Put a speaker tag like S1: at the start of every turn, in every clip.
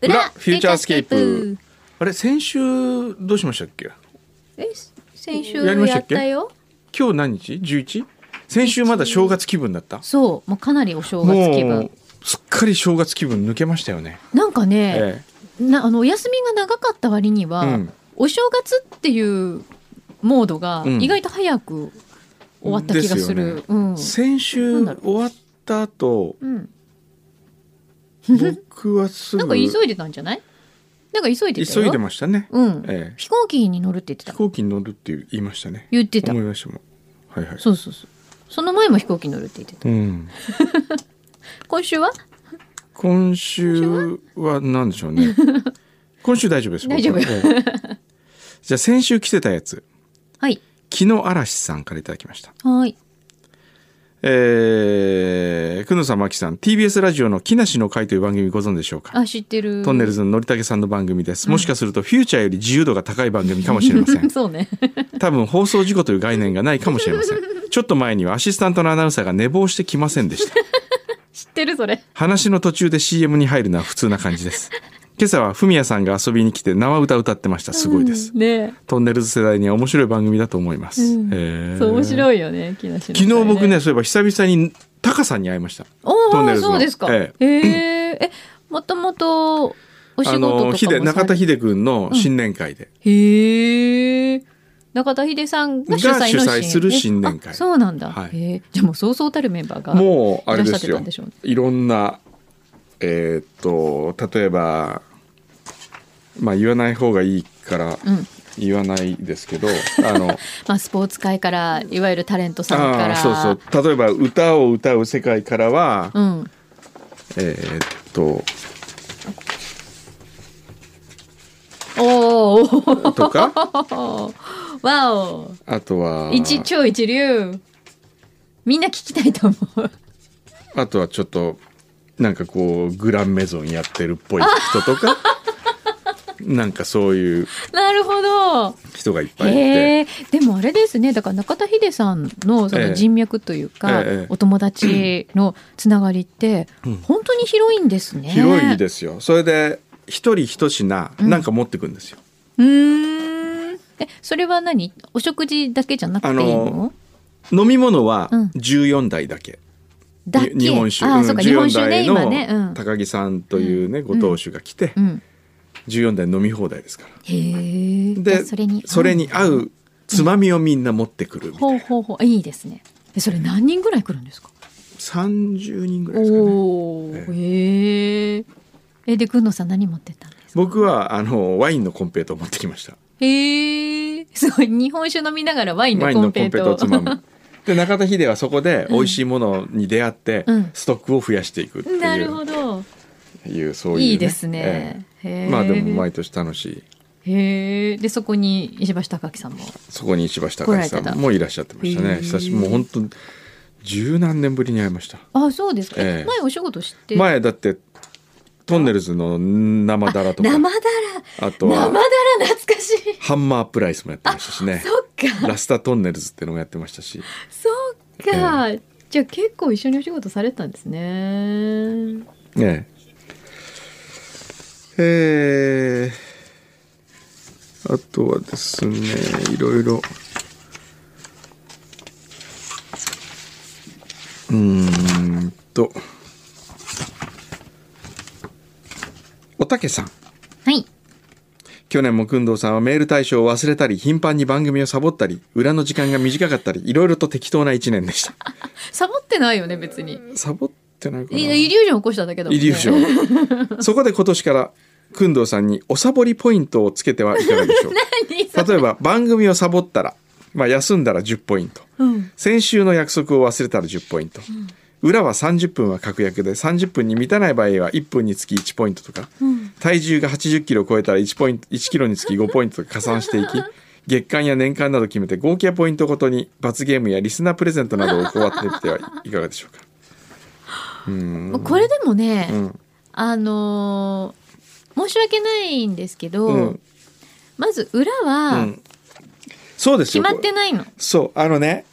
S1: フューチャースケープ。
S2: あれ先週どうしましたっけ
S1: え、先週
S2: やりました
S1: や
S2: っ
S1: っ
S2: け
S1: たよ。
S2: 今日何日 11? 先週まだ正月気分だった
S1: そう、もうかなりお正月気
S2: も
S1: 分
S2: う。すっかり正月気分抜けましたよね、
S1: なんかね、
S2: え
S1: なあのお休みが長かった割には、
S2: うん
S1: お正月っていうモードが
S2: うん
S1: 意外と早く終わった気がする。
S2: です
S1: うん
S2: え、。先週
S1: なんだろう
S2: 終わった後
S1: うん。
S2: 僕はすぐ
S1: なんか急いでたんじゃない？なんか急いでたよ。
S2: 急いでましたね、
S1: うん。
S2: ええ
S1: 飛行機に乗るって言って
S2: 飛
S1: た。
S2: 行機に乗るって言いましたね
S1: 言ってた
S2: 思。いましたもんはいはい
S1: そうそうそう。その前も飛行機に乗るって言ってた。
S2: うん、
S1: 今週は
S2: 今週は何でしょう ね今週大丈夫です僕
S1: 大丈夫
S2: ええじゃあ先週来てたやつ
S1: はい。
S2: 木野嵐さんからいただきました
S1: はい。
S2: えー、久野さん、真木さん、TBS ラジオの木梨の会という番組ご存知でしょうか
S1: あ、知ってる。。
S2: トンネルズののりたけさんの番組です。もしかするとフューチャーより自由度が高い番組かもしれませ ん
S1: そうね。
S2: 多分放送事故という概念がないかもしれません。ちょっと前にはアシスタントのアナウンサーが寝坊してきません でした。
S1: 知ってるそれ。
S2: 話の途中で CM に入るのは普通な感じです。今朝はフミヤさんが遊びに来て生歌歌ってました。すごいです。
S1: ね
S2: トンネルズ世代には面白い番組だと思います。
S1: うん
S2: へ
S1: え
S2: ー
S1: そう面白いよね木梨の
S2: 昨日僕ね、
S1: ね
S2: そういえば久々にタカさんに会いました。トン
S1: お
S2: ネ
S1: お
S2: ルズの
S1: そうですか
S2: え
S1: えええもともとお仕事とかも
S2: ひで中田
S1: 秀
S2: 秀君の新年会で、
S1: へえ中田秀さんが主催の
S2: が主催する新年会
S1: あそうなんだ、
S2: はい
S1: へえじゃあもうそうそうたるメンバーが
S2: もうあ
S1: い
S2: れ
S1: らっし
S2: で
S1: ゃってた
S2: すよ
S1: んでしょうね
S2: いろんなえーっと例えばまあ言わない方がいいから
S1: うん
S2: 言わないですけど、あの
S1: まあ、スポーツ界からいわゆるタレントさんか
S2: あ
S1: ら
S2: ーそうそう例えば歌を歌う世界からは、
S1: うん、
S2: えーっと
S1: おー
S2: と か
S1: おーわお
S2: あとは
S1: 一超一流みんな聞きたいと思う
S2: あとはちょっとなんかこうグランメゾンやってるっぽい人と かなんかそういう
S1: なるほど
S2: 人がいっぱいいて。
S1: へえでもあれですねだから中田秀さんのそ
S2: ええ
S1: の人脈というか、
S2: ええ
S1: お友達のつながりって本当に広いんですね。
S2: 広いですすよそれで一人一品
S1: ん
S2: なんか持ってくんですよ、
S1: うーんえそれは何お食事だけじゃなくていいの
S2: あの飲み物は
S1: うん
S2: 14代だけ,に、
S1: だけ
S2: 日本酒
S1: あ
S2: うん
S1: そうか日本
S2: 14
S1: 酒ね
S2: 代
S1: 今ね。うん
S2: の高木さんというね、ご当主が来て、
S1: うん、
S2: 14代飲み放題ですから
S1: へえ
S2: で
S1: それに
S2: それに合うつまみをみんな持ってくるみたい
S1: ほ
S2: な、
S1: うほうほういいですねえそれ何人ぐらい来るんですか
S2: 30人ぐらいですかね
S1: おおへええでくんのさん何持ってったんですか
S2: 僕はあのワインのコンペイトを持ってきました
S1: へえすごい日本酒飲みながらワインの
S2: ワイン
S1: コ
S2: の
S1: ン
S2: コ
S1: ペ
S2: ン
S1: イ
S2: ペイ
S1: ト
S2: トをつまむで中田秀はそこで美味しいものに出会って、
S1: うん
S2: ストックを増やしていくってい う
S1: なるほど
S2: いうそういうね、
S1: いいです
S2: ええ
S1: ね。へえ
S2: まあでも毎年楽しい
S1: へえ。でそこに石橋貴明さんも。
S2: そこに石橋貴
S1: 来られて
S2: さ
S1: た
S2: んもいらっしゃってました
S1: へ
S2: ね
S1: ー
S2: 久しもう本当十何年ぶりに会いました
S1: あそうですか。
S2: ええ
S1: 前お仕事して。
S2: 前だってトンネルズの生だらとか
S1: 生だら
S2: あと
S1: 生だ
S2: は
S1: ら懐かしい。
S2: ハンマープライスもやってましたしね
S1: そっか
S2: ラスタトンネルズっていうのもやってましたし
S1: そっか。じゃあ結構一緒にお仕事されてたんですね。
S2: えええーあとはですねいろいろうーんとおたけさん
S1: はい。
S2: 去年も工藤さんはメール対象を忘れたり頻繁に番組をサボったり裏の時間が短かったりいろいろと適当な1年でした
S1: サボってないよね別に。
S2: サボってないかない
S1: イリュージョン起こしただけだもん
S2: イ
S1: ね。
S2: リュージョン。そこで今年から、工藤さんにおサボりポイントをつけてはいかがでし ょう
S1: 何そ
S2: か。
S1: れ
S2: 例えば、番組をサボったら、まあ、休んだら10ポイント。
S1: うん。
S2: 先週の約束を忘れたら10ポイント。裏は30分は確約で、30分に満たない場合は1分につき1ポイントとか、体重が80キロを超えたら1ポイント、1キロにつき5ポイントとか加算して いき、月間や年間など決めて合計ポイントごとに罰ゲームやリスナープレゼントなどを行ってみてはいかがでしょうか。うん。
S1: これでもね、
S2: うん
S1: あのー申し訳ないんですけど、
S2: うん
S1: まず裏
S2: う
S1: は
S2: んそうです
S1: 決
S2: よ
S1: まってないの。
S2: そうあのね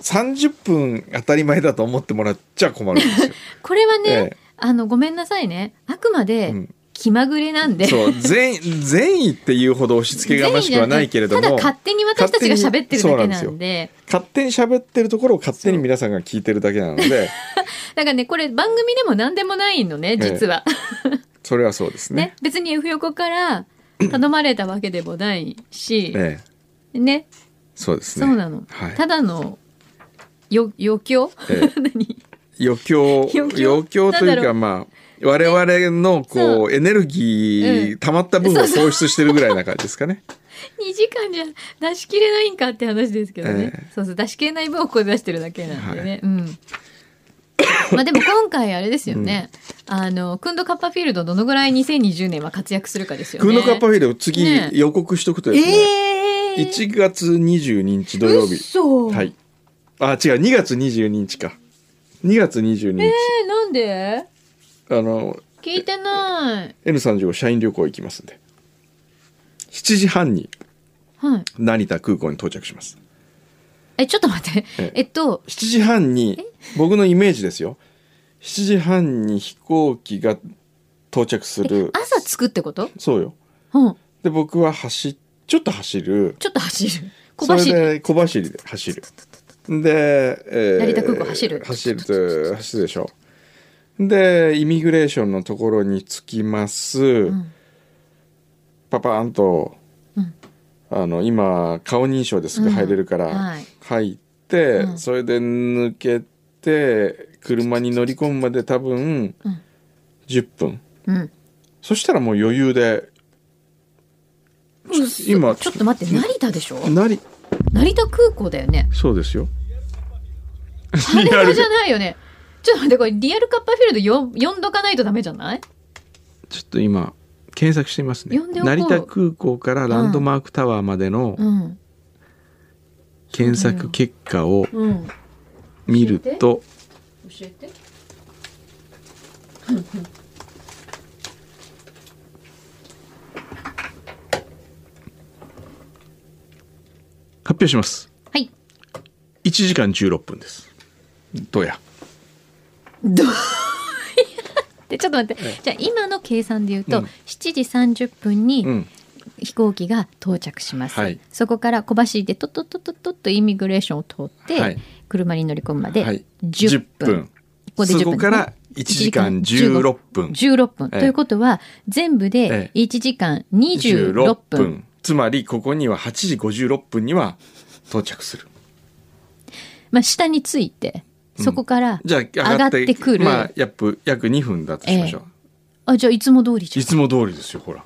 S2: 30分当たり前 だと思ってもらっちゃ困るんですよ。
S1: これはね、
S2: ええ
S1: あのごめんなさいねあくま
S2: う
S1: で
S2: ん
S1: 気まぐれなんで。
S2: そう善意善意っていうほど押し付けがましくはないけれども
S1: ただ勝手に私たちが喋ってるだけな
S2: 勝手にそうなん
S1: んで。
S2: 勝手に喋ってるところを勝手に皆さんが聞いてるだけなので
S1: だからね、これ番組でも何でもないのね、実は。
S2: それはそうですね
S1: ね。別に F 横から頼まれたわけでもないし、
S2: ええ
S1: ね、
S2: そうです
S1: そ
S2: ね
S1: うなの。
S2: はい
S1: ただの、よ、余興
S2: ええ
S1: 何
S2: 余興
S1: 余興
S2: 余興と
S1: ないんだろ
S2: うか
S1: う
S2: まあ我々のこ
S1: そう
S2: エネルギ
S1: う
S2: ー
S1: ん
S2: 溜まった分を放出してるぐらいな感じですか ね。
S1: 2時間じゃ出し切れないんかって話ですけどね、
S2: ええ
S1: そうそう出し切れない分を声出してるだけなんでね、うんまあでも今回あれですよね、あのクンドカッパフィールドどのぐらい2020年は活躍するかですよね
S2: クーノカッパフィールド次
S1: ね
S2: 予告しとくとですね、
S1: えー、
S2: 1月22日土曜日。
S1: 嘘
S2: はい。あ、違う、2月22日か。2月22日。
S1: えなんで
S2: あの、
S1: 聞いてない
S2: N35 社員旅行行きますんで。7時半に
S1: はい
S2: 成田空港に到着します。
S1: えちょっと待って
S2: え
S1: えっと
S2: 7時半に、僕のイメージですよ。7時半に飛行機が到着する。
S1: 朝着くってこと
S2: そうよ。
S1: うん
S2: で、僕は走、ちょっと走る。
S1: ちょっと走る小走
S2: そ
S1: り
S2: れで小走りで走る。で、え
S1: 成田空港走る
S2: 走ると走るでしょ。で、イミグレーションのところに着きます。
S1: うん
S2: パパーンと、
S1: うん
S2: あの、今、顔認証ですぐ入れるから、
S1: うんはい
S2: 入って、
S1: うん
S2: それで抜けて、車に乗り込むまで多分、
S1: うん
S2: 10分。
S1: うん
S2: そしたらもう余裕で、
S1: 嘘
S2: 今
S1: ちょっと待って成田でしょ
S2: なり、
S1: 成田空港だよ ね
S2: そうですよ。
S1: 羽田じゃないよね。ちょっと待って、これリアルカッパフィールドよ呼んどかないとダメじゃない
S2: ちょっと今検索してみますね
S1: 呼んでおこう
S2: 成田空港からランドマークタワーまでの
S1: うん。
S2: 検索結果を
S1: うん。教
S2: 見ると
S1: えて。
S2: 発表します
S1: はい。
S2: 1時間16分ですどうや
S1: どうや って、ちょっと待って。じゃあ今の計算で言うと、
S2: うん
S1: 7時30分
S2: う
S1: に
S2: ん
S1: 飛行機が到着します。
S2: はい
S1: そこから小走りでトットットットットッとイミグレーションを通って、
S2: はい
S1: 車に乗り込むま
S2: は
S1: で
S2: い
S1: 10分。ここで10分
S2: そこから1時間16分
S1: 16分。
S2: ええ
S1: ということは、全部で
S2: ええ
S1: 1時間26分。
S2: つまりここには8時56分には到着する
S1: まあ、下について、そこから
S2: じゃあ
S1: 上が
S2: 上が
S1: っ
S2: って
S1: てくる。
S2: まあ約約2分だとしましょう、
S1: あ、じゃあいつも通りじゃ
S2: いつも通りですよほら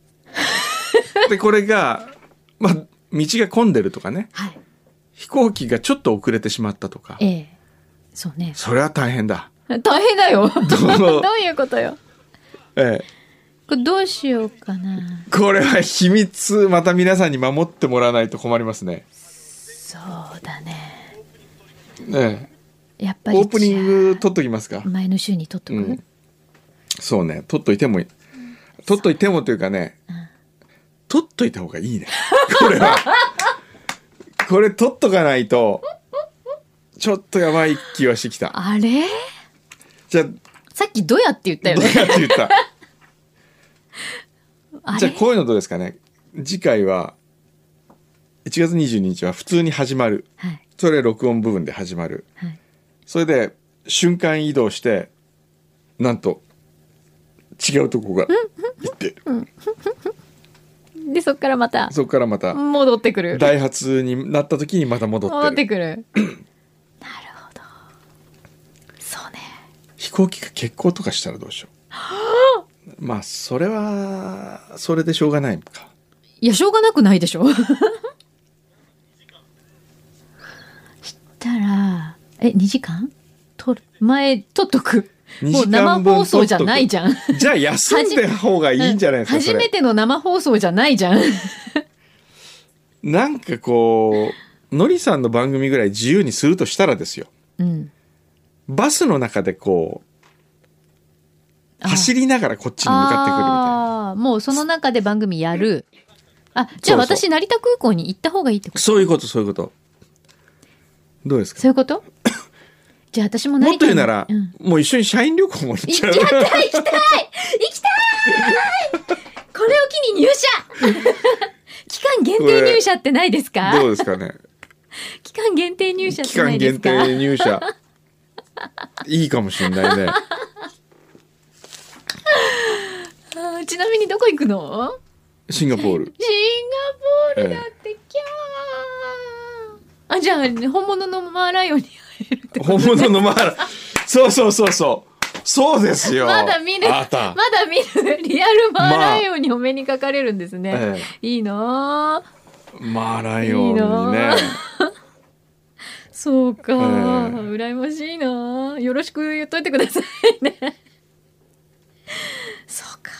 S2: でこれがまあ道が混んでるとかね
S1: ん。はい。
S2: 飛行機がちょっと遅れてしまったとか
S1: ええ。そうね。
S2: それは大変だ、
S1: 大変だ よ。ど
S2: う
S1: ういうことよ。
S2: ええ、
S1: これどうしようかな。
S2: これは秘密また皆さんに守ってもらわないと困りますね、
S1: そうだね。
S2: ええ、
S1: やっぱり
S2: オープニング撮っときますか
S1: じゃあ前の週に撮っとく、
S2: うんそうね撮っといてもいい撮っといてもというかね撮っといた方がいいねこれはこれ撮っとかないとちょっとやばい気はしてきた
S1: あれ
S2: じゃあ
S1: さっきどうやって言ったよ
S2: どう
S1: ね。
S2: やって言 った
S1: あ
S2: じゃあ
S1: れ
S2: こういうのどうですかね次回は1月22日は普通に始まる
S1: はい。
S2: それ録音部分で始まる
S1: はい。
S2: それで瞬間移動してなんと違うとこが行って
S1: で、そこからまた
S2: そこからまた
S1: 戻ってくる。
S2: ダイハツになった時にまた戻
S1: 戻
S2: っ
S1: ってて
S2: る
S1: くる。なるほど。そうね。
S2: 飛行機が欠航とかしたらどうしようまあそれはそれでしょうがないか
S1: いや、しょうがなくないで しょ。したら、え、2時間撮る前、撮っとく。
S2: 2
S1: もう
S2: 時間
S1: 生
S2: 分
S1: 放送じゃないじゃん。
S2: じゃあ休んで方がいいんじゃないですかそ
S1: 初
S2: れ
S1: めての生放送じゃないじゃん。
S2: なんかこうのりさんの番組ぐらい自由にするとしたらですよ
S1: うん。
S2: バスの中でこう
S1: あ
S2: 走りながらこっちに向かってくるみたいな
S1: あーもうその中で番組やる。あ、じゃあ
S2: そうそう
S1: 私、成田空港に行った方がいいってこと
S2: そういうことそういうことどうですか
S1: そういうことじゃあ私も
S2: もっと言うなら、
S1: うん
S2: もう一緒に社員旅行も行っ
S1: 行っ
S2: ち
S1: ち
S2: ゃ
S1: ゃっ
S2: う
S1: た行きたい行きたいこれを機に入社 期間限定入社ってないですか
S2: どうですかね
S1: 期間限定入社っ
S2: 期
S1: てな
S2: 間
S1: いです
S2: 限
S1: か
S2: 定入社いいかもしれないね
S1: あーちなみにどこ行くの
S2: シンガポ ール
S1: シンガポールだって、キャーあじゃあ本物のマーライオンに会えるって
S2: 本物のマーラそうそうそうそうそうですよ
S1: まだ見る
S2: あ
S1: ま
S2: な
S1: だ
S2: た
S1: 見るリアルマーライオンにお目にかかれるんですね、
S2: ええ
S1: いいなあ
S2: マーライオンに
S1: いい
S2: ね
S1: なそうか、
S2: ええ
S1: 羨ましいなあよろしく言っといてくださいね そうか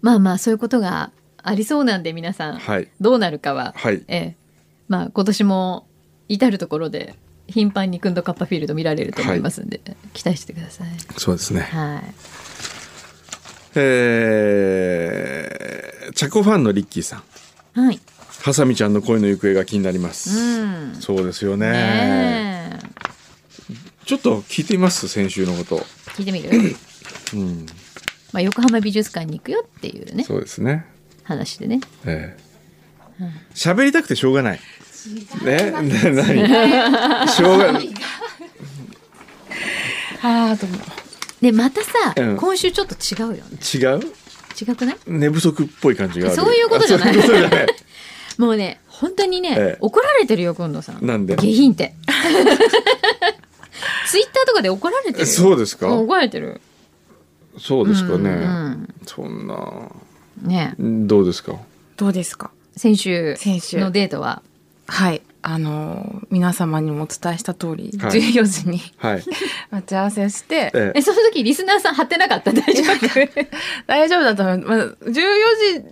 S1: まあまあそういうことがありそうなんで皆さん、
S2: はい
S1: どうなるかは、
S2: はい
S1: ええまあ今年も至る所で頻繁にクンドカッパフィールド見られると思いますんで、期待してください。
S2: そうですね
S1: はい。
S2: えー、チャコファンのリッキーさん
S1: はい。
S2: ハサミちゃんの恋の行方が気になります、
S1: うん。
S2: そうですよね
S1: ねえ。
S2: ちょっと聞いてみます先週のこと
S1: 聞いてみる。
S2: うん
S1: まあ横浜美術館に行くよっていうね
S2: そうですね
S1: 話でね。
S2: ええ喋りたくてしょうがない。ね、な、なに。しょうがない。
S3: ああ、どうも。
S1: でまたさ、
S2: うん
S1: 今週ちょっと違うよね。
S2: 違う。
S1: 違くない？
S2: 寝不足っぽい感じがある。
S1: そういうことじゃない
S2: あそううこと じゃない
S1: もうね本当にね、
S2: ええ
S1: 怒られてるよ今度さん。
S2: なんで
S1: 下品って。 ツイッターとかで怒られてる
S2: え
S1: よ。
S2: そうですか
S1: も。怒られてる。
S2: そうですか
S1: う
S2: ね。
S1: ん。
S2: そんな。
S1: ね
S2: どうですか。
S3: どうですか
S1: 先週
S3: 先週
S1: のデートは
S3: はい。あのー皆様にもお伝えした通り、
S2: はい
S3: 14時に
S2: はい。
S3: 待ち合わせして、
S2: え
S1: えその時リスナーさん貼ってなかった大丈夫
S3: 大丈夫だと思う。まあ、14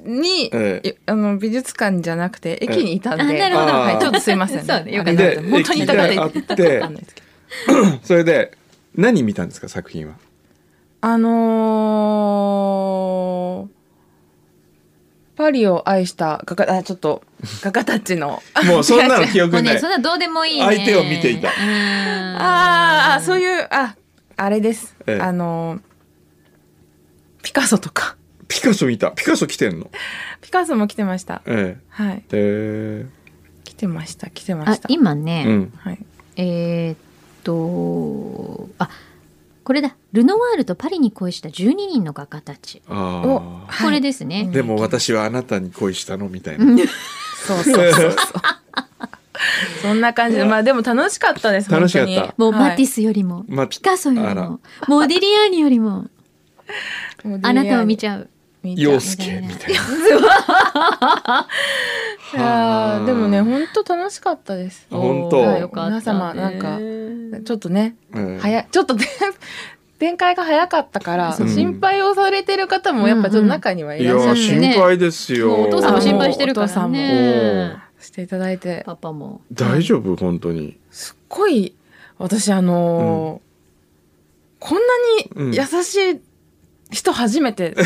S3: 時に、
S2: ええ
S3: いあの、美術館じゃなくて、駅にいたんで、
S1: ええあなる
S2: ほど
S3: はい、ちょっとすいません。
S1: そうねよかった
S3: ありがとうございます本当にいたか
S2: で駅
S3: った
S2: で会って
S3: わかんないですけど
S2: えそれで。何見たんですか、作品は。
S3: あのーパリを愛した画家、あ、ちょっと、画家たちの。
S2: もうそんなの記
S1: も
S2: 憶
S1: う
S2: な
S1: ね
S2: い
S1: そん。などうでもいいね
S2: 相手を見ていた
S3: あーあ、
S1: う
S3: そういう、あ、あれです。
S2: ええ
S3: あのーピカソとか。
S2: ピカソ見た。ピカソ来てんの。
S3: ピカソも来てました。
S2: え
S3: はい。
S2: え。え
S3: 来てました、来て
S1: ー
S3: ま
S1: んあ
S3: した。
S1: 今
S2: え。
S1: ね、
S2: うん。
S3: はい。
S1: えーっとあこれだルノワールとパリに恋した12人の画家たち
S2: あ
S3: はい
S1: これですね
S3: う
S2: あ。
S3: ん
S2: でも、私はあなたに恋したのみたいな。
S3: そう そうそうそう。そんな感じで、まあでも楽しかったです、
S2: 楽しかった
S3: 本当に
S1: もう
S3: はい
S1: マティスよりも、
S2: まあ
S1: ピカソよ
S2: あ
S1: り
S2: ら
S1: もモディリアーニよりも
S3: もう
S1: あなたを見ち
S3: ゃ
S1: ゃう
S3: う。見ちゃう
S2: 陽介みたいな。
S3: いやーでもね、本当楽しかったです。
S2: あ本当
S1: おーよかったね
S3: 皆様なんかちょっとね、
S2: うん
S3: 早いちょっと ね展開が早かったから、
S2: そう
S3: 心配をされてる方もやっぱちょっと中にはい
S2: い
S3: ら
S2: や
S3: っし
S2: ー
S3: ゃって、
S1: いやー
S2: 心配ですよ。
S1: もうお父さんも心配してるか
S3: お父さ
S1: ら
S3: んも
S1: ね
S3: していただいて、
S1: パパも
S2: 大丈夫本当に。
S3: すっごい、私あのーこんなに優しい人初めて、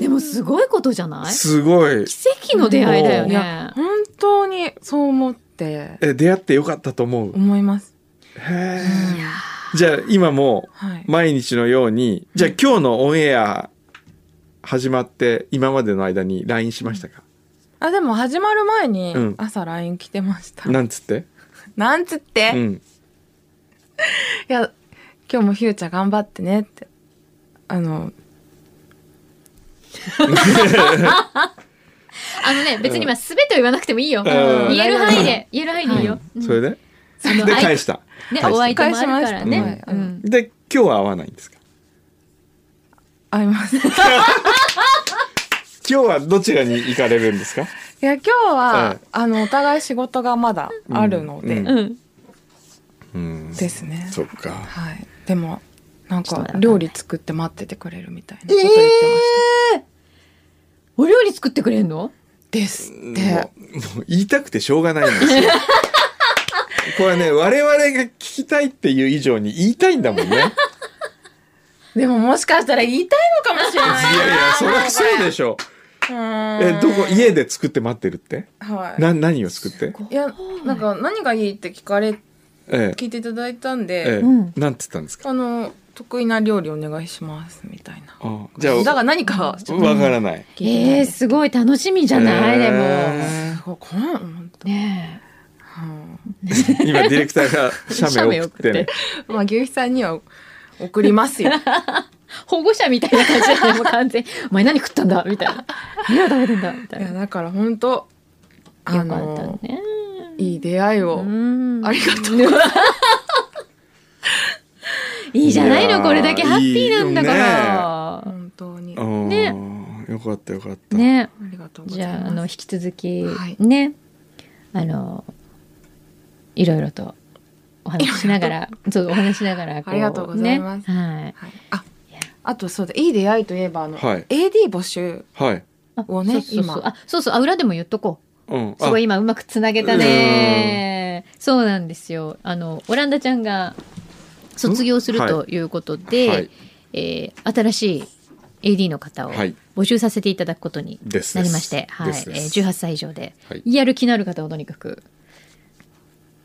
S1: でもすごいことじゃない
S2: すごい。
S1: 奇跡の出会いだよ
S3: い
S1: ね
S3: や、本当にそう思って
S2: え出会ってよかったと思う。
S3: 思います。
S2: へ
S3: う
S2: ー
S3: ん
S2: じゃあ今も
S3: はい。
S2: 毎日のようにじゃあ今日のオンエア始まって今までの間に LINE しましたか。
S3: あ、でも始まる前に
S2: うん
S3: 朝 LINE 来てました。
S2: なんつって？
S3: なんつって、
S2: う
S3: い
S2: ん。
S3: や、今日もひゅーちゃん頑張ってねって。あの、
S1: あのね別に今全てを言わなくてもいいよ
S2: んうん
S1: 言える範囲で言える範囲でいいようん
S2: それで
S1: あの
S2: で
S1: あい
S2: 返した。
S1: ね
S2: 返し
S1: お
S2: た
S1: 相手もあるから
S2: 返し
S1: ね
S3: ました
S1: う
S3: うん
S1: ん
S2: で今日は会わないんですか。
S3: 会います。い
S2: 今日はどちらに行かれるんですか。
S3: や、今日は、
S2: うん
S3: あの、お互い仕事がまだあるので、
S2: うん
S1: うん
S2: うん。
S3: ですね。
S2: そっか。
S3: はい。でも、なん
S1: ちょっとわ
S3: か
S1: かんない
S3: 料理作って待っててくれるみたいなこと言ってまし
S1: お料理作ってくれんの
S3: た。ですっ
S2: も
S3: て。
S2: うもう言いたくてしょうがないんですよ。これね我々が聞きたいっていう以上に言いたいんだもんね。いやい
S3: でももしかしたら言いたいのかもしれない。
S2: やそりゃそうでしょう。え
S3: え
S2: どこ家で作って待ってるって
S3: はい
S2: な何を作って
S3: いやなんか何がいいって聞かれ
S2: ええ
S3: 聞いていただいたん
S2: ええ
S3: で、
S1: うん
S2: なんて言ったんですか
S3: あの得意な料理お願いしますみたいな
S2: あじゃあ
S3: だから何かちょっと
S2: わからない
S3: 聞いてない
S1: えー、すごい楽しみじゃない、
S2: え
S1: で
S2: ー
S3: すごいこん本当
S1: も。ね
S3: は
S2: 今ディレクターが写メを送ってね
S3: あまあ牛肥さんには送り ますよ
S1: え保護者みたいな感じだね、もう完全。 お前何食ったんだみたいな。何が食べてんだみた
S3: い
S1: いな。
S3: や
S1: よ
S3: だから本当
S1: か
S3: あ
S1: った
S3: の
S1: ね。
S3: いい出会いを
S1: うん
S3: ありがとうございます
S1: いいじゃないの、これだけ
S2: いやー
S1: ハッピーなんだか
S3: う
S1: ら。
S3: ん本当に
S2: う
S3: あ
S2: ん
S1: ね
S2: よかったよかった
S1: ね
S3: りがとうござ
S1: じ
S3: います
S1: ゃあ、あの、引き続き、
S3: はい
S1: ね。あの、いろいろとお話ししながら、そう、お話しながら、こ
S3: ありがとうございます
S1: ねはい。
S3: はい、あ
S1: いや
S3: あとそうだいい出会いといえばあの、
S2: はい
S3: AD 募集
S2: はい
S1: あ
S3: をね
S1: そうそうそう
S3: 今
S1: あ、そうそう、あ、裏でも言っとこう。
S2: うん
S1: すごい
S2: あ
S1: 今うまくつなげたね。そうなんですよ。あの、オランダちゃんが卒業する
S2: うんはい
S1: ということで、
S2: はい
S1: えー新しい AD の方を
S2: はい
S1: 募集させていただくことに
S2: です
S1: な
S2: です
S1: りまして、はい、
S2: です
S1: え
S2: です
S1: ー18歳以上で、
S2: はい
S1: やる気のある方をとにかく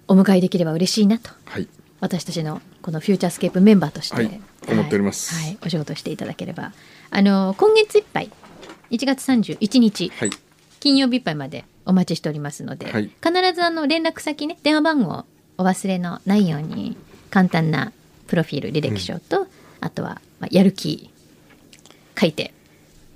S1: お迎えできれば嬉しいなと。
S2: はい
S1: 私たちのこのフューチャースケープメンバーとして、
S2: はい
S1: はい
S2: 思っております
S1: はい、お仕事していただければあの今月いっぱい1月31日、
S2: はい
S1: 金曜日いっぱいまでお待ちしておりますので、
S2: はい
S1: 必ずあの連絡先ね電話番号お忘れのないように簡単なプロフィール履歴書と、あとは、まあ、やる気書いて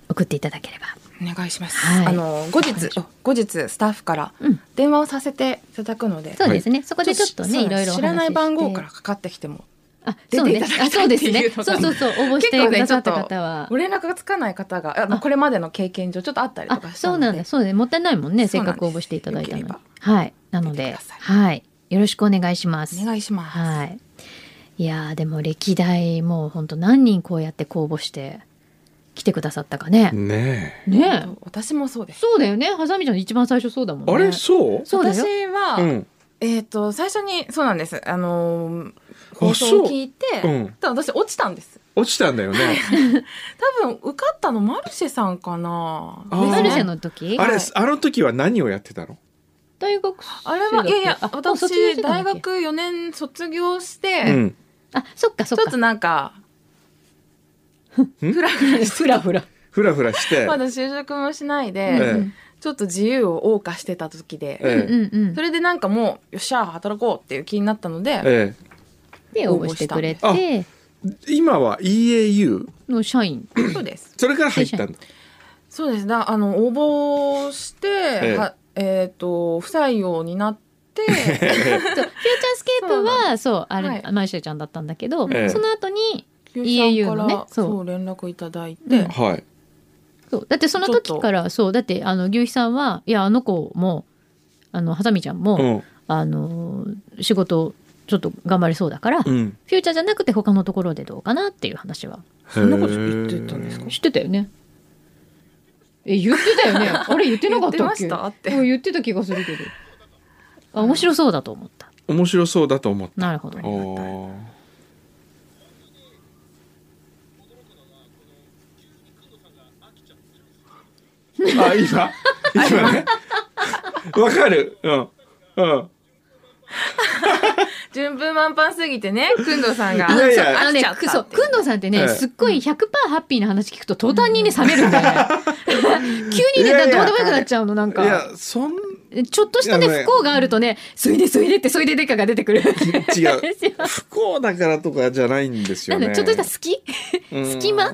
S1: 送っていただければ
S3: お願いします、
S1: はい
S3: あの後
S1: お願
S3: 日
S1: いしま
S3: 後日スタッフから
S1: うん
S3: 電話をさせていただくので、
S1: そうですね、そこでちょっと
S3: そ
S1: ね
S3: う
S1: いろいろお話しして
S3: 知らない番号からかかってきても
S1: あそうね
S3: 出ていただ
S1: あ
S3: きた
S1: そ
S3: いうって
S1: で
S3: い
S1: す
S3: う
S1: ね
S3: のが
S1: そうそうそう応募し
S3: 結
S1: て
S3: 構
S1: く
S3: ね
S1: だ
S3: ち
S1: さ
S3: ょ
S1: っ
S3: ったと
S1: 方は、
S3: ご連絡がつかない方があのこれまでの経験上ちょっとあったりと
S1: あ
S3: かした
S1: そう
S3: の
S1: なん
S3: で
S1: だそうでもったいないもんねせっ
S3: そうなん
S1: か
S3: です
S1: く応募していただいたのに
S3: よけれ
S1: はいなの
S3: 見て
S1: で
S3: ください
S1: はいよろしくお願いします
S3: お願いします、
S1: はいいやーでも歴代もう本当何人こうやって公募して来てくださったかね、
S2: ね
S1: ねえ
S3: 私もそうです
S1: そうだよねハサミちゃん一番最初そうだもん
S2: え
S1: ね
S2: あれそう
S1: そうだ
S3: 私
S1: よ
S3: は、
S2: うん
S3: えっ、と最初にそうなんですあのー放
S2: そ
S3: 送
S2: う
S3: を聞いて、
S2: うん
S3: ただ私落ちたんです
S2: 落ちたんだよね
S3: 多分受かったのマルシェさんかな
S2: あー
S1: マ
S3: ですね
S1: ルシェの時
S2: あれ
S3: はい
S2: あの時は何をやってたの
S1: 大学
S3: あれはいやいや
S1: ああ卒業し
S3: 私
S1: てた
S3: 大
S1: んだっけ
S3: 学4年卒業して、
S2: うん
S1: あそっかそ
S3: ち
S1: っか
S3: ょっとなんか
S2: ん
S3: フラフ ラし
S1: ふらふら
S2: ふらふらして
S3: てまだ就職もしないで、
S2: え
S3: ちょっと自由を謳歌してた時で、
S2: え
S1: うんうんうん
S3: それでなんかもうよっしゃ働こうっていう気になったので、
S2: え
S1: で応募してくれ
S2: 応募
S1: て
S2: え今は EAU
S1: の社員
S3: そうです
S2: それから入ったんだ
S3: そうですだあの応募して
S2: え
S3: はえっ、と不採用になって
S1: そうフューチャースケープはそうあれ、
S3: はい
S1: マルシェちゃんだったんだけど、
S2: ええ
S1: その後に EAU の
S3: EAU か
S1: ね
S3: ら
S1: そう
S3: そう連絡いただい
S1: うん
S3: て、
S2: はい
S1: そうだってその時からそうだってあの牛肥さんはいやあの子もあのハサミちゃんも、
S2: うん
S1: あの仕事ちょっと頑張れそうだから、フ
S2: うん
S1: ューチャーじゃなくて他のところでどうかなっていう話は
S2: そ
S3: んなこと言ってたんですか
S1: 知ってたよねえ言ってたよ ねあれ言ってなかったっけ
S3: 言ってましたって
S1: うん言ってた気がするけどあ面白そうだと思った
S2: 面白そうだと思った
S1: なるほど
S2: あー あ今今ねわかるうんうん
S3: 順風満帆すぎてね工藤さんが
S2: いやいや
S1: あのね
S3: 飽き
S1: く
S3: ちゃった
S1: そう
S3: って
S1: くんどうさんってね、
S2: ええ
S1: すっごい100%ハッピーな話聞くと途端にね冷めるんだよね 急にね
S2: いやいや
S1: どうでもよくなっちゃうのなん
S2: い
S1: か
S2: やそん
S1: ちょっとしたね
S2: いやね
S1: 不幸があるとね「そいでそいで」って「そいででか」が出てく る
S2: 違う
S1: ですよ
S2: 不幸だからとかじゃないんです
S1: な
S2: よ
S1: んだ
S2: ね
S1: ちょっとした好き
S2: うん
S1: 隙間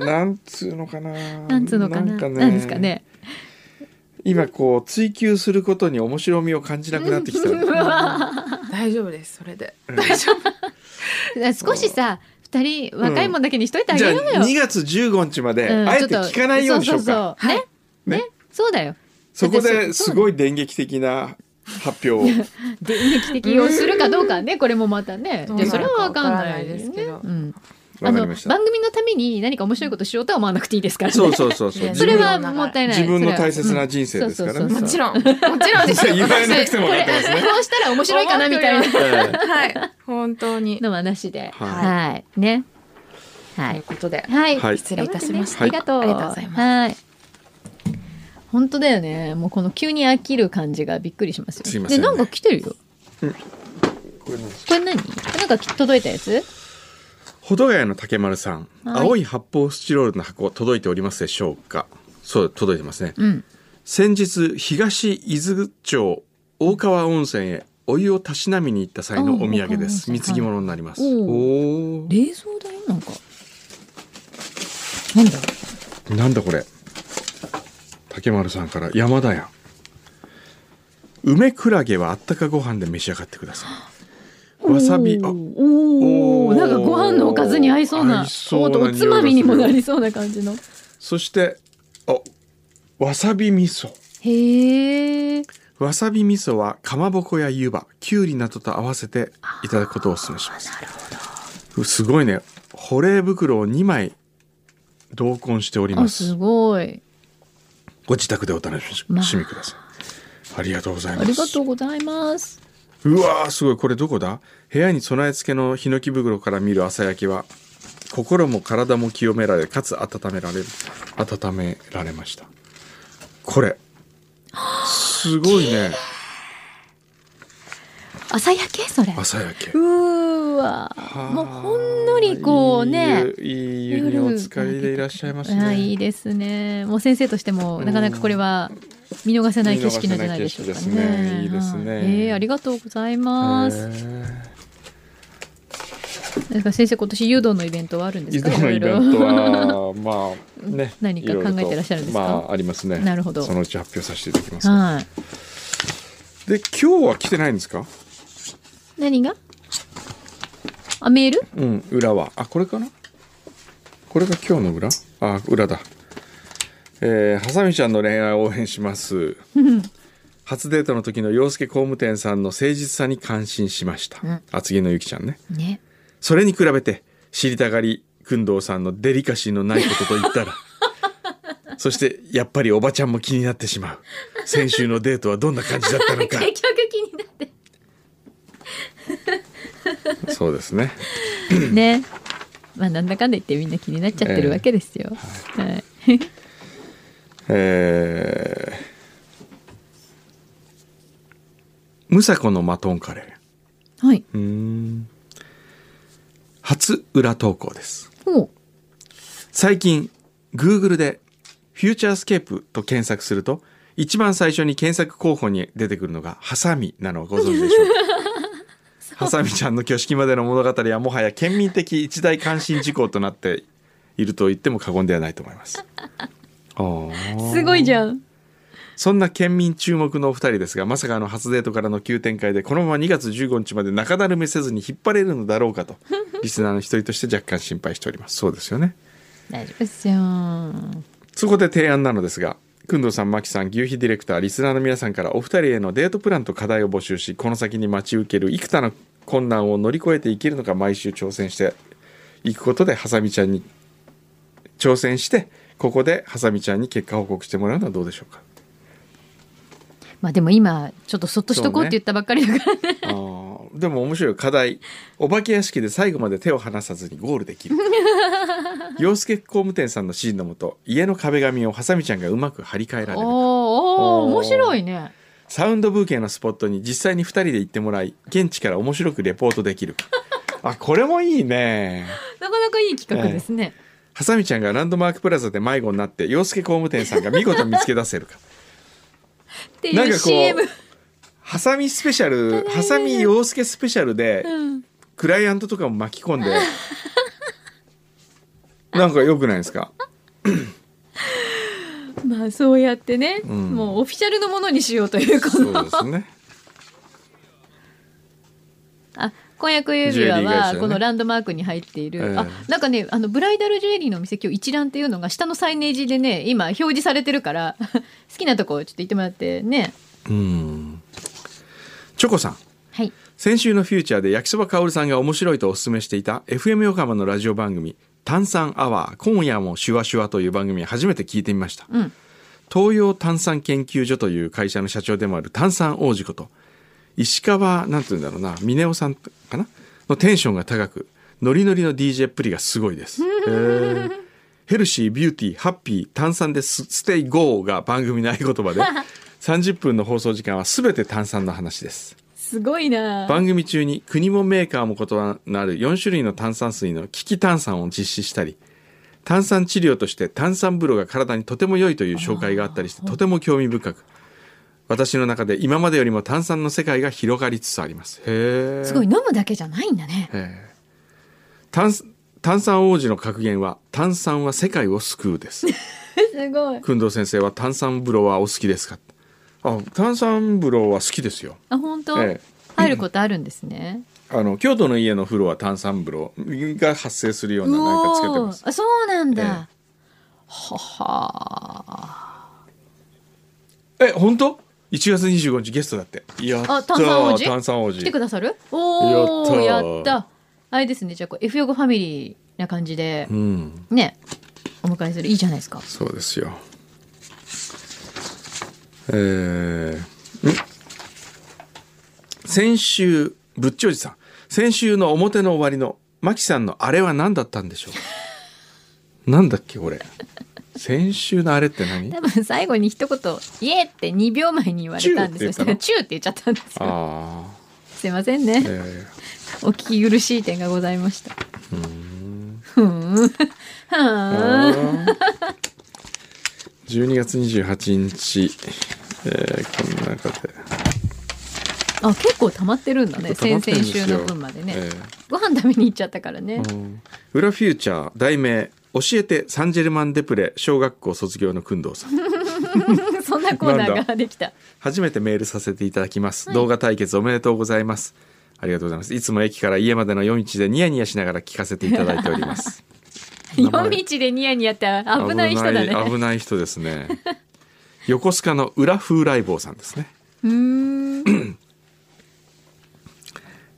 S2: なんつうのかな
S1: な
S2: なん
S1: つうのかななんですかね
S2: 今こう追求することに面白みを感じなくなって きたの
S3: 大丈夫ですそれで
S2: うん
S3: 大丈夫
S1: 少しさ2人若いもんだけにしといてあげ
S2: じゃ
S1: よ
S2: あ
S1: うよ、
S2: 2月15日まで
S1: うん
S2: あえて
S1: ちょっと
S2: 聞かないようにしようか、
S1: そうそうそうね
S2: ね
S1: ねそうだよ
S2: そこ
S1: だって
S2: で
S1: そ
S2: すごい電撃的な発 表を
S1: 電撃的をするかどうかはねこれもまたね
S3: ど
S1: じ
S3: う
S1: ゃ
S3: な
S1: あ
S3: る
S1: そ
S3: か
S1: れは分かんない
S3: わからないです
S1: ね
S3: けど
S1: うん
S2: わ
S1: あ
S2: かり
S1: の
S2: ました
S1: 番組のために何か面白いことしようとは思わなくていいですからね
S2: そうそうそうそう
S3: ね
S1: そ
S2: 自
S1: れ
S2: 分
S1: はもったいない
S2: 自分の大切
S1: それは
S2: な人生ですから
S1: うん
S2: ね
S1: そう
S3: も
S1: そうそ
S3: ち
S1: う
S3: ろんもちろん ですよ
S2: 言わなくても
S1: こ
S2: ら
S1: れ
S2: ってますね
S1: こうしたら面白いかなみたいな
S2: ええ
S3: はい本当に
S1: のはなしで
S2: はい
S1: はいねは
S3: とい
S1: いう
S3: ことで
S1: はい、
S2: はい
S3: 失礼いたしました
S1: 頑張ってねありがとう。
S3: はいありがとうございます
S1: はい本当だよねもうこの急に飽きる感じがびっくりしますよ
S2: すいませ
S1: で
S2: んね
S1: なんか来てるよ
S2: これなんです
S1: これ何なんかき届いたやつ
S2: 保土ヶ谷の竹丸さん、
S1: はい
S2: 青い発泡スチロールの箱届いておりますでしょうかそう届いてますね
S1: うん
S2: 先日東伊豆町大川温泉へお湯をたしなみに行った際のお土産で
S1: あ
S2: す
S1: ー大川温泉
S2: 貢ぎ物になります、
S1: はい
S2: おお
S1: 冷
S2: ー
S1: 蔵だよなんかなんだ
S2: なんだこれ竹丸さんから山田屋梅クラゲはあったかご飯で召し上がってくださいわさびあ
S1: お
S2: お
S1: お
S2: ー
S1: なんかご飯のおかずに合いそうな
S2: 合いそうな
S1: お
S2: 匂い
S1: お
S2: がす
S1: つ
S2: る
S1: まみにもなりそうな感じの
S2: そしてあわさび味噌
S1: へえ
S2: わさび味噌はかまぼこや湯葉きゅうりなどと合わせていただくことをお勧めします
S1: なるほ
S2: すごいね保冷袋を2枚同梱しており
S1: どあ
S2: ますす
S1: ごい
S2: ご自宅でお楽しみ、
S1: まあ
S2: しみくださいありがとうござい
S1: あ
S2: ま
S1: り
S2: す
S1: がとうございます
S2: うわーすごいこれどこだ部屋に備え付けのヒノキ袋から見る朝焼けは心も体も清められかつ温められる温められましたこれすごいね
S1: 朝焼けそれ
S2: 朝焼け
S1: うーわもうほんのりこうね
S2: いい湯いい湯にお浸かりでいらっしゃいます
S1: あいい
S2: ね
S1: ですねもう先生としてもなかなかこれは見逃せない景色なんじゃないでしょうか
S2: 見逃せない景色です
S1: ね
S2: ねいいですね
S1: はえーありがとうございます
S2: へ
S1: なんか先生今年誘導のイベントはあるん
S2: ー
S1: です
S2: 伊
S1: か
S2: 豆のイ
S1: いろい
S2: ベ
S1: ろ
S2: ントはまあね
S1: 何か考えてらっしゃるんですか
S2: いろいろとまあありますね
S1: なるほど
S2: そのうち発表させていただきます
S1: はい
S2: で今日は来てないんですか
S1: 何があメール
S2: うん、裏は。あ、これかなこれが今日の裏あ、裏だ。えー、はさみちゃんの恋愛を応援し ます。初デートの時の洋介工務店さんの誠実さに感心しました。
S1: うん
S2: 厚木のゆきちゃんね。
S1: ね
S2: それに比べて、知りたがり、くんどうさんのデリカシーのないことと言ったら。 そして、やっぱりおばちゃんも気になってしまう。先週のデートはどんな感じだったの
S1: 結
S2: か。
S1: 局気になって
S2: そうですね。
S1: ねまあなんだかんだ言ってみんな気になっちゃってるわけですよ、はい
S2: えー、ムサコのマトンカレ
S1: はい
S2: ー。うーん。初裏投稿です。
S1: おう
S2: 最近、Google でフューチャースケープと検索すると、一番最初に検索候補に出てくるのがハサミなのをご存知でしょ うかハサミちゃんの挙式までの物語はもはや県民的一大関心事項となっていると言っても過言ではないと思います。 あー
S1: すごいじゃん
S2: そんな県民注目のお二人ですが、まさかあの初デートからの急展開で、このまま2月15日まで中だるめせずに引っ張れるのだろうかと、リスナーの一人として若干心配しております。そうですよね。
S1: 大丈夫ですよ
S2: そこで提案なのですが、くんどうさん、まきさん、牛皮ディレクター、リスナーの皆さんからお二人へのデートプランと課題を募集し、この先に待ち受ける幾多の困難を乗り越えていけるのか毎週挑戦していくことで、ハサミちゃんに挑戦して、ここでハサミちゃんに結果報告してもらうのはどうでしょうか。
S1: まあでも今ちょっとそっとしとこうって言ったばっかりだからね
S2: あーでも面白い課題お化け屋敷で最後まで手を離さずにゴールできる洋介工務店さんの指示のもと家の壁紙をハサミちゃんがうまく張り替えら
S1: お
S2: れる
S1: ーおー
S2: おー
S1: 面白いね
S2: サウンドブーケのスポットに実際に2人で行ってもらい現地から面白くレポートできるあこれもいいね
S1: なかなかいい企画ですね、
S2: ハサミちゃんがランドマークプラザで迷子になって洋介工務店さんが見事見つけ出せるか
S1: って
S2: なん
S1: い
S2: か
S1: う
S2: こう
S1: CM
S2: ハサミスペシャルハサミ洋介スペシャルで
S1: うん
S2: クライアントとかも巻き込んでなんか良くないですか
S1: まあそうやってね、
S2: うん
S1: もうオフィシャルのものにしようというこ
S2: そう
S1: の
S2: ですね
S1: あ婚約指輪
S2: ジュエリー会社
S1: は
S2: ね
S1: このランドマークに入っている、
S2: ええ
S1: あなんかねあのブライダルジュエリーのお店今日一覧っていうのが下のサイネージでね今表示されてるから 好きなとこちょっと行ってもらってね
S2: うんチョコさん
S1: はい
S2: 先週のフューチャーで焼きそばかおるさんが面白いとお勧めしていた FM 横浜のラジオ番組「炭酸アワー今夜もシュワシュワ」という番組初めて聞いてみました、
S1: うん
S2: 東洋炭酸研究所という会社の社長でもある炭酸王子こと石川なんて言うんだろうな峰夫さんかなのテンションが高くノリノリの DJ っぷりがすごいですへーヘルシー、ビューティー、ハッピー、炭酸です、ステイゴーが番組の合言葉で、30分の放送時間は全て炭酸の話です。
S1: すごいな
S2: 番組中に国もメーカーも異なる4種類の炭酸水の危機炭酸を実施したり炭酸治療として炭酸風呂が体にとても良いという紹介があったりしてとても興味深く私の中で今までよりも炭酸の世界が広がりつつありますへえ
S1: すごい飲むだけじゃないんだね
S2: へえ炭炭酸王子の格言は「炭酸は世界を救う」 で
S1: す
S2: す
S1: ごい
S2: 工藤先生は炭酸風呂はお好きですかあ炭酸風呂は好きですよ
S1: あ本当、
S2: ええ
S1: 入ることあるんですね
S2: あの京都の家の風呂は炭酸風呂が発生するような何かつけてます。
S1: あそうなんだ、
S2: ええ
S1: はは
S2: え本当？1月25日ゲストだって。やったー
S1: あ炭酸王子
S2: 炭酸王
S1: 来て
S2: 子
S1: くださるおお
S2: や
S1: や
S2: ったー
S1: ったあれですねじゃあこう F 横ファミリーな感じで
S2: うん
S1: ねお迎えするいいじゃないですか
S2: そうですよ。えー、ん先週ぶっちおじさん先週の表の終わりのマキさんのあれは何だったんでしょ う。なんだっけこれ。先週のあれって何？
S1: 多分最後に一言「イエー!」って2秒前に言われたんですよ
S2: チューって言った
S1: そしたら「チュー」って言っちゃったん
S2: の
S1: ですよ
S2: ああ。
S1: すいませんね、
S2: えー
S1: お聞き苦しい点がございましたふーんはーん
S2: 12月28日、えーこの中で
S1: あ結構溜まってるんだね
S2: 溜ま
S1: 先
S2: ってるん
S1: 々
S2: ですよ
S1: 週の分までね、
S2: え
S1: ご飯食べに行っちゃったからね、
S2: えうん裏フューチャー題名教えてサンジェルマン・デプレ小学校卒業の工藤さん
S1: そんなコーナ
S2: なん
S1: ー
S2: だ
S1: ができた
S2: 初めてメールさせていただきます、動画対決おめでとうございますありがとうございますいつも駅から家までの夜道でニヤニヤしながら聞かせていただいております名前
S1: 夜道でニヤニヤって 危ない人だね
S2: 危ない危ない人ですね横須賀の裏風来坊さんですね
S1: うーん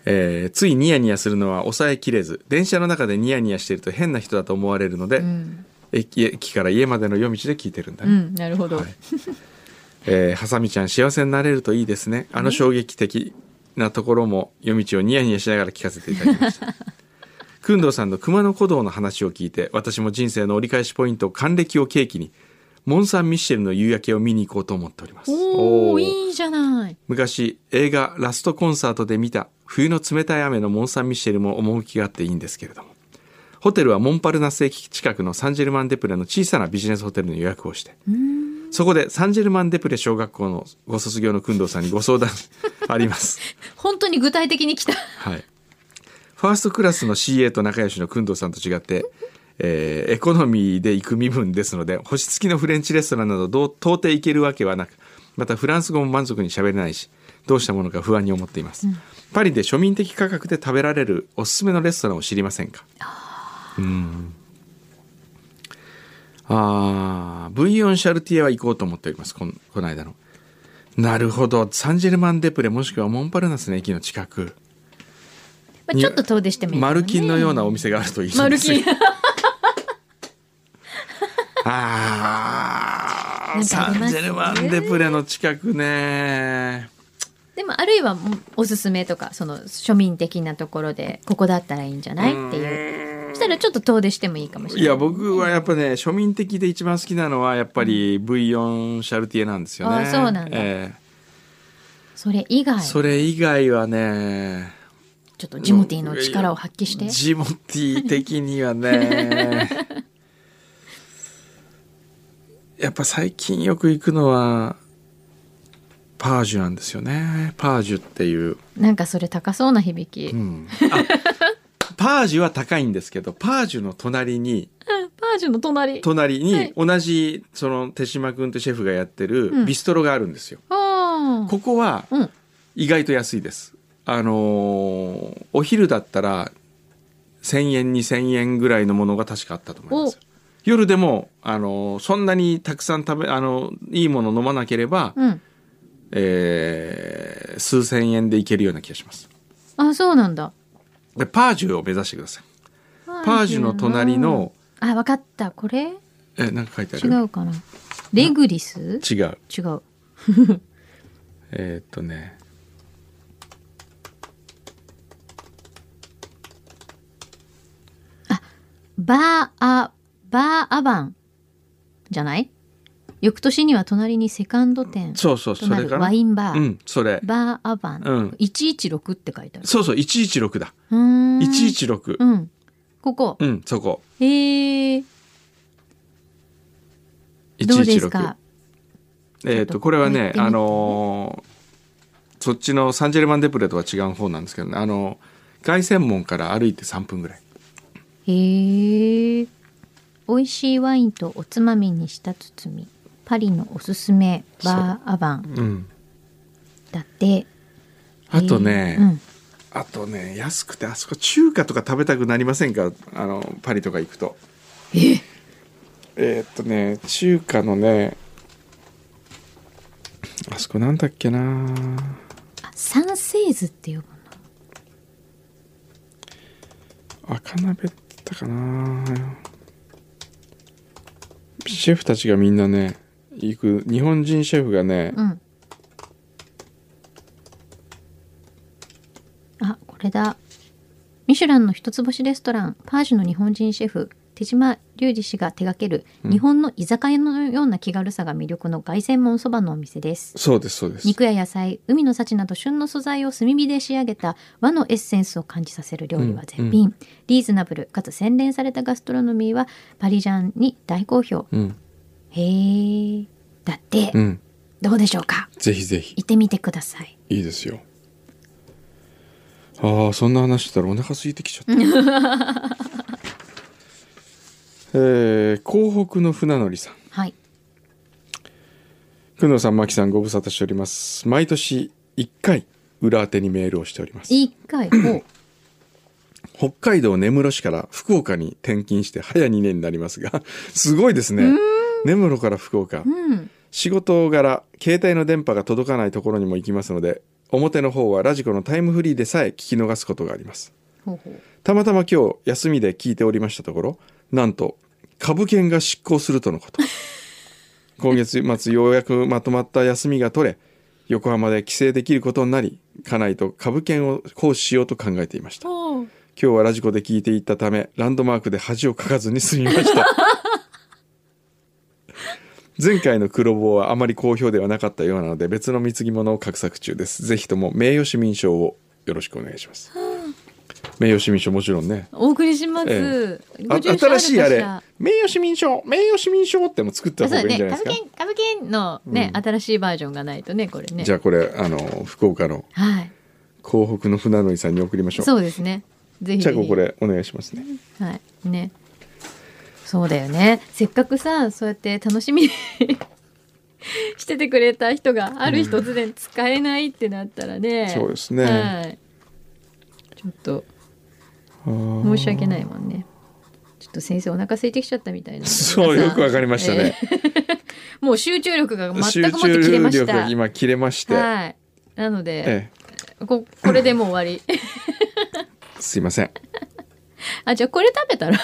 S2: えーついニヤニヤするのは抑えきれず電車の中でニヤニヤしていると変な人だと思われるので、
S1: ん
S2: 駅駅から家までの夜道で聞いてるんだ
S1: う
S2: ね、
S1: んなるほど、
S2: はいえーハサミちゃん幸せになれるといいですねあの衝撃的なところも夜道をニヤニヤしながら聞かせていただきました 工藤さんの熊野古道の話を聞いて私も人生の折り返しポイント還暦を契機にモン・サン・ミッシェルの夕焼けを見に行こうと思っております
S1: お
S2: お
S1: お
S2: ー
S1: いいじゃない
S2: 昔映画「ラストコンサート」で見た冬の冷たい雨のモン・サン・ミシェルも趣があっていいんですけれどもホテルはモンパルナス駅近くのサンジェルマン・デプレの小さなビジネスホテルの予約をしてそこでサンジェルマン・デプレ小学校のご卒業の工藤さんにご相談 あります
S1: 本当に具体的に来た
S2: はいファーストクラスの CA と仲良しの工藤さんと違って、えーエコノミーで行く身分ですので星付きのフレンチレストランなどどう到底行けるわけはなくまたフランス語も満足に喋れないしどうしたものか不安に思っています、パリで庶民的価格で食べられるおすすめのレストランを知りませんかうんあーブイヨンシャルティエは行こうと思っておりますこんこの間のなるほどサンジェルマン・デプレもしくはモンパルナスの駅の近く
S1: まあちょっと遠出してみる、ね、
S2: マルキンのようなお店があるといい
S1: マ
S2: んで
S1: ル
S2: す
S1: キ
S2: よ
S1: ン
S2: あー
S1: なんかあ
S2: サ
S1: り
S2: ン
S1: ます
S2: ジェルマンデプレの近くね
S1: でもあるいはもうおすすめとかその庶民的なところでここだったらいいんじゃないっていうそしたらちょっと遠出してもいいかもしれない
S2: いや僕はやっぱね庶民的で一番好きなのはやっぱり V4 シャルティエなんですよね
S1: あーそうなんだ
S2: ええ
S1: それ以外
S2: それ以外はね
S1: ちょっとジモティーの力を発揮して
S2: ジモティ的にはね やっぱ最近よく行くのはパージュなんですよねパージュっていう、
S1: なんかそれ高そうな響き、
S2: うんあパージュは高いんですけどパージュの隣に
S1: パージュの隣
S2: 隣に、
S1: はい
S2: 同じその手島君とシェフがやってる
S1: ん
S2: ビストロがあるんですよ、
S1: あー
S2: ここは
S1: うん
S2: 意外と安いですあのーお昼だったら1,000円2,000円ぐらいのものが確かあったと思いますよ夜でも、あのーそんなにたくさん食べ、あのいいもの飲まなければ、
S1: うん
S2: えー数千円でいけるような気がします
S1: あそうなんだ
S2: でパージュを目指してくださいパージュの隣の
S1: あわかったこれ
S2: えなんか書いてあ
S1: 違
S2: る
S1: うかなレグリス
S2: 違う
S1: 違う
S2: えーっとね
S1: バーアバーアバンじゃない翌年には隣にセカンド店
S2: そうそう
S1: と
S2: そ
S1: な
S2: れ
S1: る
S2: か
S1: ワ
S2: ら
S1: インバー、
S2: うんそれ
S1: バーアバン、
S2: うん
S1: 116って書いてある
S2: そうそう116だ
S1: うーん
S2: 116
S1: うんここ
S2: うん、そこ
S1: えー、
S2: 116
S1: どうですか
S2: えっ、とこれはね
S1: ちょっと行ってみて
S2: あのーそっちのサンジェルマンデプレとは違う方なんですけどねあの凱旋門から歩いて3分ぐらい
S1: へえ美味しいワインとおつまみにした包みパリのおすすめバーアバン
S2: うん
S1: だって
S2: あとね、
S1: えーうん
S2: あとね安くてあそこ中華とか食べたくなりませんかあのパリとか行くとえーっとね中華のねあそこなんだっけな
S1: あサンセーズって呼ぶの
S2: 赤鍋だったかなシェフたちがみんなね行く日本人シェフがね、
S1: うんあこれだミシュランの一つ星レストランパージュの日本人シェフ手島隆二氏が手掛ける日本の居酒屋のような気軽さが魅力の凱旋門そばのお店です
S2: そうですそうです
S1: 肉や野菜海の幸など旬の素材を炭火で仕上げた和のエッセンスを感じさせる料理は絶品、リーズナブルかつ洗練されたガストロノミーはパリジャンに大好評
S2: うん
S1: へえだって
S2: うん
S1: どうでしょうか
S2: ぜひぜひ
S1: 行ってみてください
S2: いいですよあーそんな話してたらお腹空いてきちゃった えー、港北の船乗りさん
S1: はい
S2: 久能さん真木さんご無沙汰しております毎年1回裏宛てにメールをしております
S1: 一回お
S2: 北海道根室市から福岡に転勤して早2年になりますが すごいですね根室から福岡
S1: うん
S2: 仕事柄携帯の電波が届かないところにも行きますので表の方はラジコのタイムフリーでさえ聞き逃すことがあります
S1: ほうほう
S2: たまたま今日休みで聞いておりましたところなんと株券が失効するとのこと今月末ようやくまとまった休みが取れ横浜で帰省できることになり家内と株券を行使しようと考えていました
S3: おー
S2: 今日はラジコで聞いていったためランドマークで恥をかかずに済みました 前回の黒棒はあまり好評ではなかったようなので別の貢ぎ物を画策中ですぜひとも名誉市民賞をよろしくお願いします名誉市民賞もちろんね
S1: お送りします、
S2: え
S1: ご
S2: あ
S1: 住所る
S2: 新しいあ
S1: か
S2: れ
S1: らあ
S2: 名誉市民賞名誉市民賞っても作った
S1: そう
S2: 方が
S1: だ
S2: いいん
S1: ね
S2: じゃない
S1: 歌
S2: です
S1: 舞伎
S2: か、
S1: 歌舞伎のね、新しいバージョンがないとねこれね
S2: じゃあこれあの福岡の
S1: はい
S2: 港北の船乗りさんに送りましょう
S1: そうですねぜひ
S2: じ
S1: ぜ
S2: ゃあ
S1: ひ
S2: これお願いしますね
S1: はいねそうだよねせっかくさそうやって楽しみに しててくれた人がある日突然使えないってなったらね、
S2: そうですね
S1: はいちょっと申し訳ないもんねちょっと先生お腹空いてきちゃったみたいな
S2: そうよくわかりましたね、
S1: えーもう集中力が
S2: 集
S1: 全くもっ
S2: 中
S1: て切れまし
S2: 力
S1: た
S2: が今切れまして、
S1: はいなので、
S2: え
S1: ここれでもう終 わり
S2: え、すいません
S1: あじゃあこれ食べたら
S2: い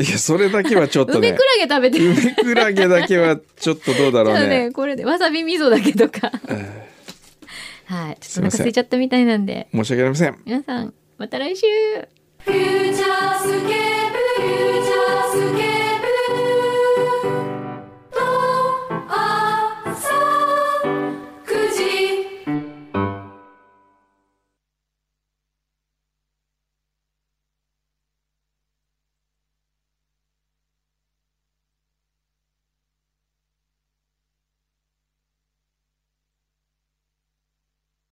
S2: やそれだけはちょっ と
S1: 梅
S2: ね
S1: クラゲ食べて
S2: 梅クラゲだけはちょっとどうだろう
S1: そう
S2: ね
S1: ね、これでわさび味噌だけとか。はい、ちょっとお腹空いちゃったみたいなんで、
S2: 申し訳ありません
S1: 皆さんまた来週。
S4: 「フューチャースケープル」